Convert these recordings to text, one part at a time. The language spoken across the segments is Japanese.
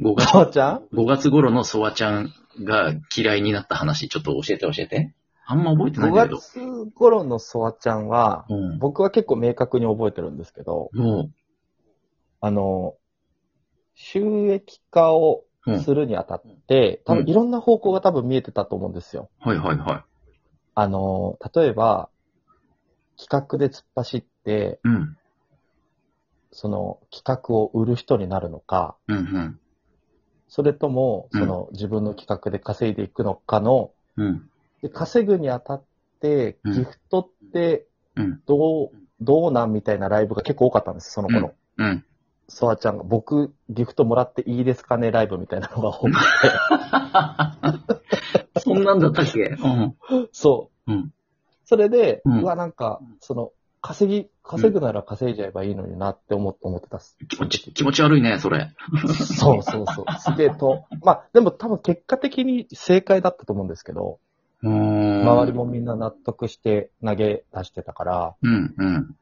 5月、川ちゃん5月頃のソワちゃんが嫌いになった話、ちょっと教えて教えて。あんま覚えてない ?5 んだけど。月頃のソワちゃんは、うん。僕は結構明確に覚えてるんですけど、もあの、収益化をう、うん。するにあたって、多うん分いろんな方向が多分見えてたと思うんですよ。はいはいはあの、例えば、企画で突っ走って、い。うん。その企画を売る人になるのか、うんそれとも、うんその自分の企画で稼いでいくのかの、うん。うん。で稼ぐにあたって、うんギフトってうんどう、どうなんみたいなライブが結構多かったんです、その頃。うん。ソワちゃんが僕、ギフトもらっていいですかねライブみたいなのが多くそんなんだったっけうん。てそう。うんそれで、ううんわ、なんかうん、その、稼ぎ、稼ぐなら稼いじゃえばいいのになって思っ思ってたっす。気持ち、気持ち悪いね、それ。そうそうそう。 すげえと。まあ、でも多分結果的に正解だったと思うんですけど、うーん。周り。もみんな納得して投げ出してたから、うんうん。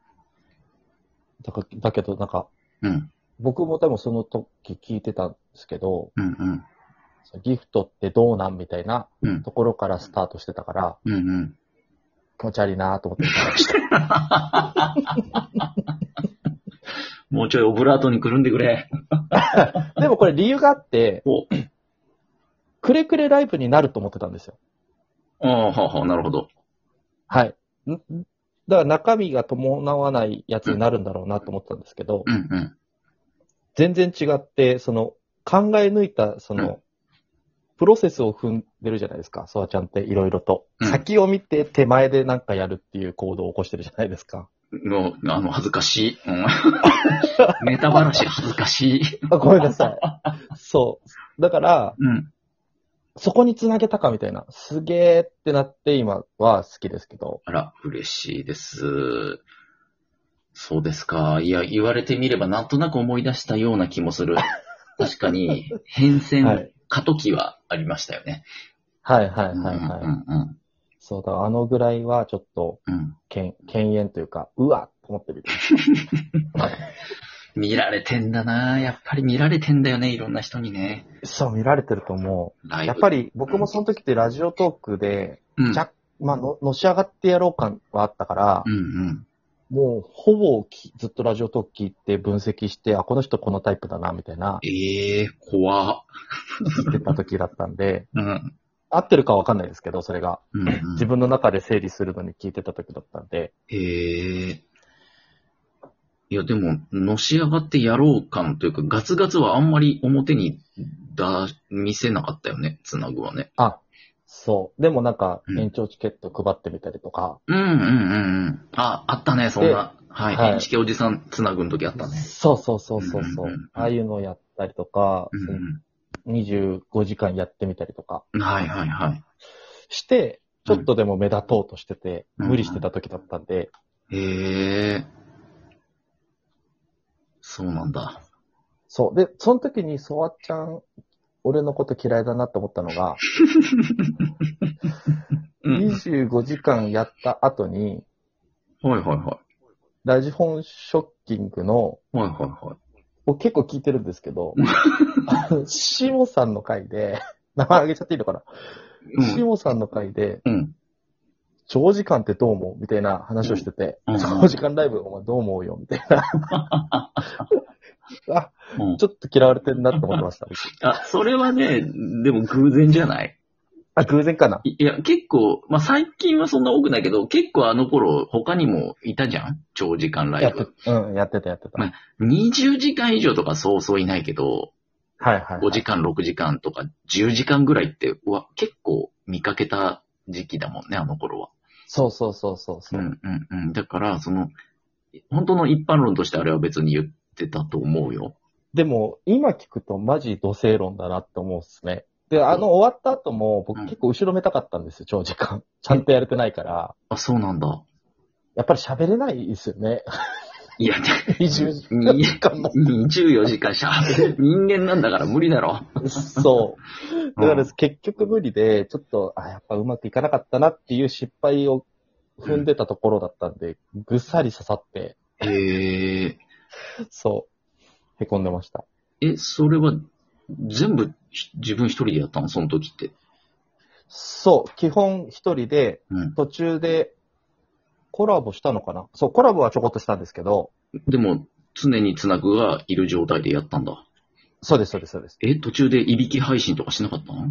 だからだけどなんか、うん。僕も多分その時聞いてたんですけど、うんうん。そのギフトってどうなんみたいなうんところからスタートしてたから、うんうん。気持ち悪いなと思って。もうちょいオブラートにくるんでくれ。でもこれ理由があってお、くれくれライブになると思ってたんですよ。ああ、はあはあ、なるほど。はい。んんだから中身が伴わないやつになるんだろうなと思ってたんですけど、うんうん。全然違って、その考え抜いた、その、プロセスを踏んでるじゃないですか、ソワちゃんっていろいろとうん。先を見て手前でなんかやるっていう行動を起こしてるじゃないですか。の、あの、恥ずかしい。うん ネタ話恥ずかしい。あごめんなさい。 そう。だから、うん。そこにつなげたかみたいな。すげーってなって今は好きですけど。あら、嬉しいです。そうですか。いや、言われてみればなんとなく思い出したような気も する。確かに、変遷、はい過渡期はありましたよね。はいはうんいうんはいはい。うんそうだ、あのぐらいはちょっと、うん。けん、犬猿というか、うわっと思って る。見られてんだなやっぱり見られてんだよね、いろんな人にね。そう、見られてると思ライう。ブ。やっぱり僕もその時ってラジオトークで、うん、じゃまあの、のし上がってやろう感はあったからう、んうん。もうほぼきずっとラジオトーク聞いて分析して、あ、この人このタイプだな、みたいな、ええ怖っ。言ってた時だったんで、うん。合ってるかわかんないですけど、それが。うんうん自分の中で整理するのに聞いてた時だったんで、へえ。いや、でも、のし上がってやろう感というか、ガツガツはあんまり表に出、見せなかったよね、つなぐはね。あ、そう。でもなんかう、ん延長チケット配ってみたりとか、うんうんうんうん。あ、あったね、そんな。はい。はい NHK おじさんつなぐの時あったね。そうそうそうそうそううんうんうん。ああいうのをやったりとか、うん25時間やってみたりとかうん。はいはいはい。して、ちょっとでも目立とうとしてて、うん無理してた時だったんで、へえ。そうなんだ。そう。で、その時にソワちゃん、俺のこと嫌いだなって思ったのが、うん。はい25時間やった後に、はいはラジホンショッキングの、い。はいはいはい。僕結構聞いてるんですけど、あのシモさんの回で、 名前あげちゃっていいのかな、シモさんの回で、うん。うん。長時間ってどう思うみたいな話をしてて、うんうん長時間ライブお前どう思うよみたいな。あ、うんちょっと嫌われてんなって思ってました。あ、それはね、でも偶然じゃないあ、偶然かないや、結構、まあ、最近はそんな多くないけど、結構あの頃、他にもいたじゃん長時間ラやイっブ。て、うん、やってたやってた。ま20時間以上とかそうそういないけど、はいはい、 5時間、6時間とか10時間ぐらいって、うわ、結構見かけた時期だもんね、あの頃は。そうそうそうそううそう、んうんうん。だから、その、本当の一般論としてあれは別に言ってたと思うよ。でも、今聞くとマジ土星論だなって思うっすね。で、あの終わった後も、僕うん結構後ろめたかったんですよ、長時間。ちゃんとやれてないから。あ、そうなんだ。やっぱり喋れないですよ ね。いや、 20時間も。 24時間しゃ、人間なんだから無理だろ。そう。だから結局無理で、ちょっと、あ、やっぱうまくいかなかったなっていう失敗を踏んでたところだったんで、ぐっさり刺さって、へえー。そう、へこんでました。え、それは、全部ひ自分一人でやったのその時って。そう、基本一人で、うん。途中でコラボしたのかなそう、コラボはちょこっとしたんですけど、でも、常につなぐがいる状態でやったんだ。そうです、そうです、そうです。え、途中でいびき配信とかしなかったの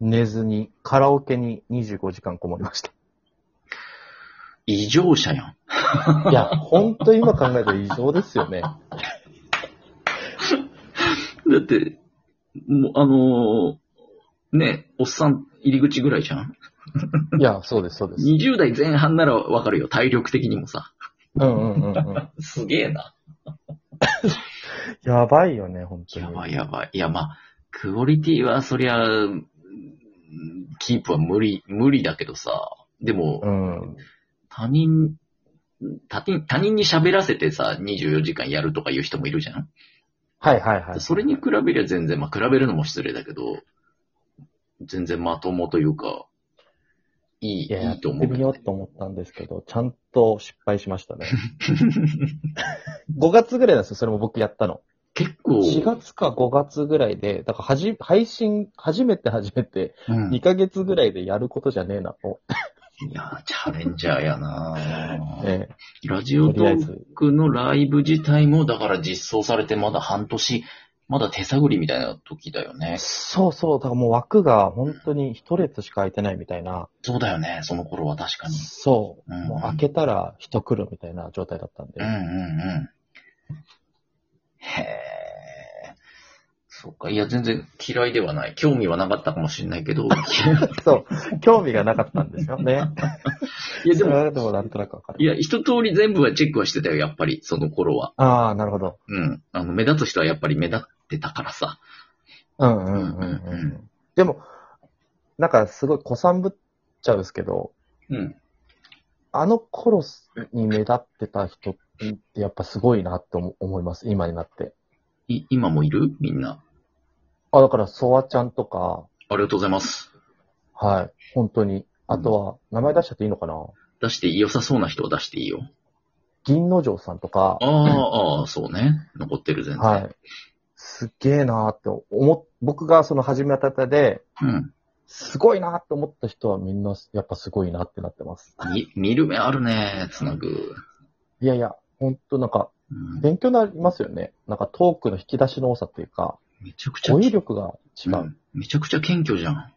寝ずに、カラオケに25時間こもりました。異常者やん。いや、ほんと今考えたら異常ですよね。だって、もう、あのーね、おっさん入り口ぐらいじゃんいや、そうです、そうです。 ?20 代前半ならわかるよ。体力的にもさ。うんうんうんうん。すげえな。やばいよね、本当に。やばいやばい。いや、まあ、クオリティはそりゃ、うんキープは無理、無理だけどさ。でも、うん。他人、他人、他人に喋らせてさ、24時間やるとかいう人もいるじゃん、はいはいはい。それに比べりゃ全然、まあ、比べるのも失礼だけど、全然まともというか、いい、いいや、やっいてと思うけみどようと思ったんですけど、ちゃんと失敗しましたね。5月ぐらいなんですよ、それも僕やったの。結構、 4月か5月ぐらいで、だからはじ、配信、初めて初めて、うん、 2ヶ月ぐらいでやることじゃねえなと。いや、チャレンジャーやな、ええラジオトとりあえーず。クのライブ自体も、だから実装されてまだ半年、まだ手探りみたいな時だよね。そうそう、だからもう枠が本当に一列しか空いてないみたいな。そうだよね、その頃は確かに。そうう。んもう開けたら人来るみたいな状態だったんで。うんうんうん。へえ。そっか。いや、全然嫌いではない。興味はなかったかもしれないけど。いそう。興味がなかったんですよね。や、でそれも、はでもなんとなくわかいる。や、一通り全部はチェックはしてたよ、やっぱり、その頃は。ああ、なるほど。うん。あの、目立つ人はやっぱり目立ってたからさ。うんうんうんうんうんう。うんでも、なんかすごい古参ぶっちゃうんですけど、うん。あの頃に目立ってた人ってやっぱすごいなって思思います、今になって。い、今もいるみんな。あ、だから、ソワちゃんとか、ありがとうございます。はい、本当に。あとは、名前出しちゃっていいのかな出して良さそうな人は出していいよ。銀之丞さんとか、ああ、ああ、そうね。残ってる、全然。はい。すっげえなーって思っ、僕がその始めた方で、うん。すごいなーって思った人はみんなやっぱすごいなってなってます。み、見る目あるね、つなぐ。いやいや、本当なんか、うん。勉強になりますよね。なんかトークの引き出しの多さっていうか、めちゃくちゃ、語彙力が違う。うんめちゃくちゃ謙虚じゃん。あ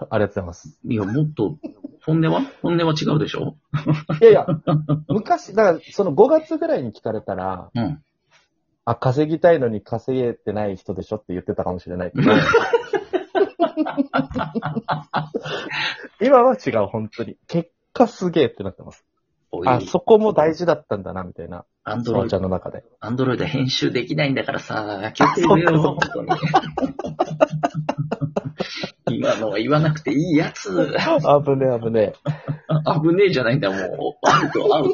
りがとうございます。いや、もっと、本音は本音は違うでしょいやいや、昔、だからその5月ぐらいに聞かれたら、うんあ、稼ぎたいのに稼げてない人でしょって言ってたかもしれない けど。今は違う、本当に。結果すげえってなってます。おいあ、そこも大事だったんだな、みたいな。アンドそロのイちゃド、んの中で。アンドロイド編集できないんだからさ、気をつけてよ、そう本当に。今のは言わなくていいやつ。危ねえ危ねえ。危ねえじゃないんだ、もう。アウト、アウト。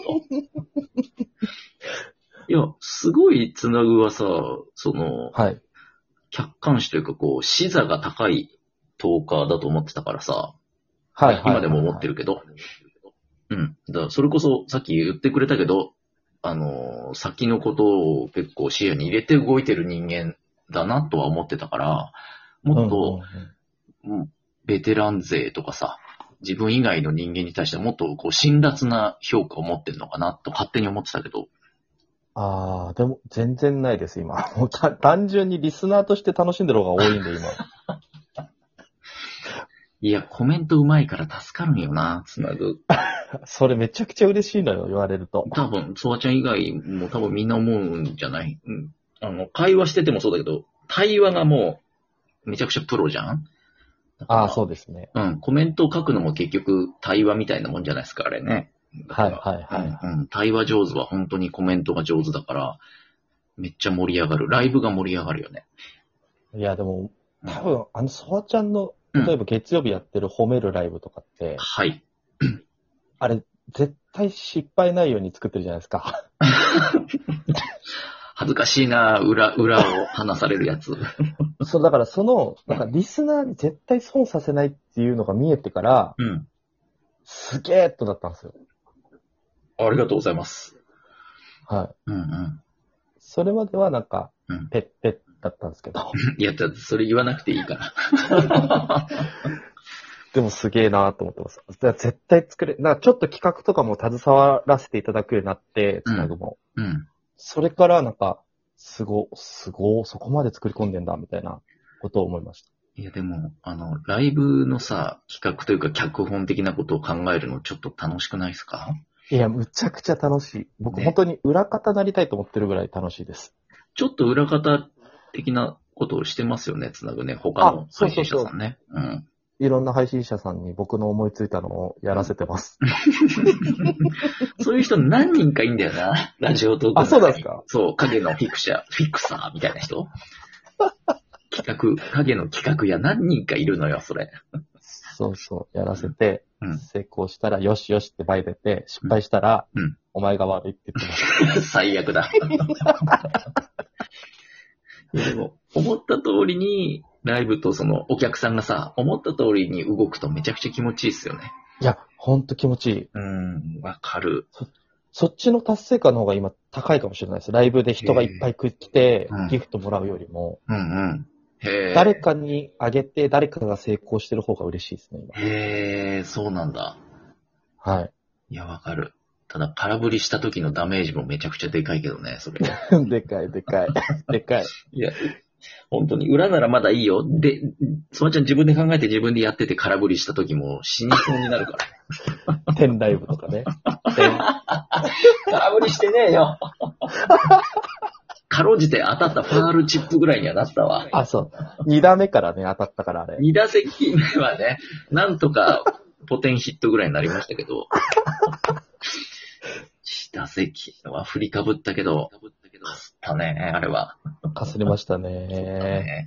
いや、すごいつなぐはさ、その、はい。客観視というか、こう、視座が高いトーカーだと思ってたからさ、はい、はい。今でも思ってるけど。うん。だからそれこそ、さっき言ってくれたけど、あのー、先のことを結構視野に入れて動いてる人間だなとは思ってたから、うん。もっうんうとん、うんベテラン勢とかさ、自分以外の人間に対してもっとこう辛辣な評価を持ってるのかなと勝手に思ってたけど、ああ、でも、全然ないです、今。 もうた単純にリスナーとして楽しんでる方が多いんで、今。 いや、コメントうまいから助かるんよな、つなぐ。それめちゃくちゃ嬉しいのよ、言われると。多分、ソワちゃん以外も多分みんな思うんじゃないうん。あの、会話しててもそうだけど、対話がもう、めちゃくちゃプロじゃん。ああ、そううですね。うん、コメントを書くのも結局対話みたいなもんじゃないですか、あれね。はい、はい、はい。うん、うん。対話上手は本当にコメントが上手だから、めっちゃ盛り上がる。ライブが盛り上がるよね。いや、でも、うん多分、あの、ソワちゃんの、うん例えば月曜日やってる褒めるライブとかって、はい。あれ、絶対失敗ないように作ってるじゃないですか。 恥ずかしいな、裏、裏を話されるや つ。そう、だからその、なんかリスナーに絶対損させないっていうのが見えてから、うん。すげえとなったんですよ。ありがとうございます。はい。うんうん。それまではなんかうん、ペッペッだったんですけど。いや、だってそれ言わなくていいから。 でもすげえなと思ってます。だから絶対作れ、なんかちょっと企画とかも携わらせていただくようになって、うんつなぐも。うん。それからなんか、すご、すご、そこまで作り込んでんだ、みたいなことを思いました。いや、でも、あの、ライブのさ、企画というか脚本的なことを考えるのちょっと楽しくないですかいや、むちゃくちゃ楽しい。僕ね本当に裏方なりたいと思ってるぐらい楽しいです。ちょっと裏方的なことをしてますよね、つなぐね。他のあそう配そ信者うそうさんね。うん。いろんな配信者さんに僕の思いついたのをやらせてます。そういう人何人かいいんだよな。ラジオトークの中に。あそうなんですかそう、影のフィクシャー、フィクサーみたいな人 企画、影の企画や何人かいるのよ、それ。 そうそう、やらせて、うん成功したらよしよしってバイ出て、失敗したら、うんお前が悪いって言ってます。最悪だ。いやでも、思った通りに、ライブとそのお客さんがさ、思った通りに動くとめちゃくちゃ気持ちいいっすよね。いや、ほんと気持ちいい。うん、わかる。そっちの達成感の方が今高いかもしれないです。ライブで人がいっぱい来てうん、ギフトもらうよりも、うんうん。へえ。誰かにあげて、誰かが成功してる方が嬉しいですね、今。へえ、そうなんだ。はいや、わかる。ただ、空振りした時のダメージもめちゃくちゃでかいけどね、それ。い。 でかい、でかい。 でかい。いや、 本当に、裏ならまだいいよ。で、そばちゃん自分で考えて自分でやってて空振りした時も死にそうになるから。天ライブと かね。天 空振りしてねえよ。かろうじて当たったファールチップぐらいにはなったわ。あ、そう。二打目からね、当たったからあれ。 2打席目はね、なんとかポテンヒットぐらいになりましたけど。1打席は振りかぶったけど、かぶったね、あれは。かすりましたね。ね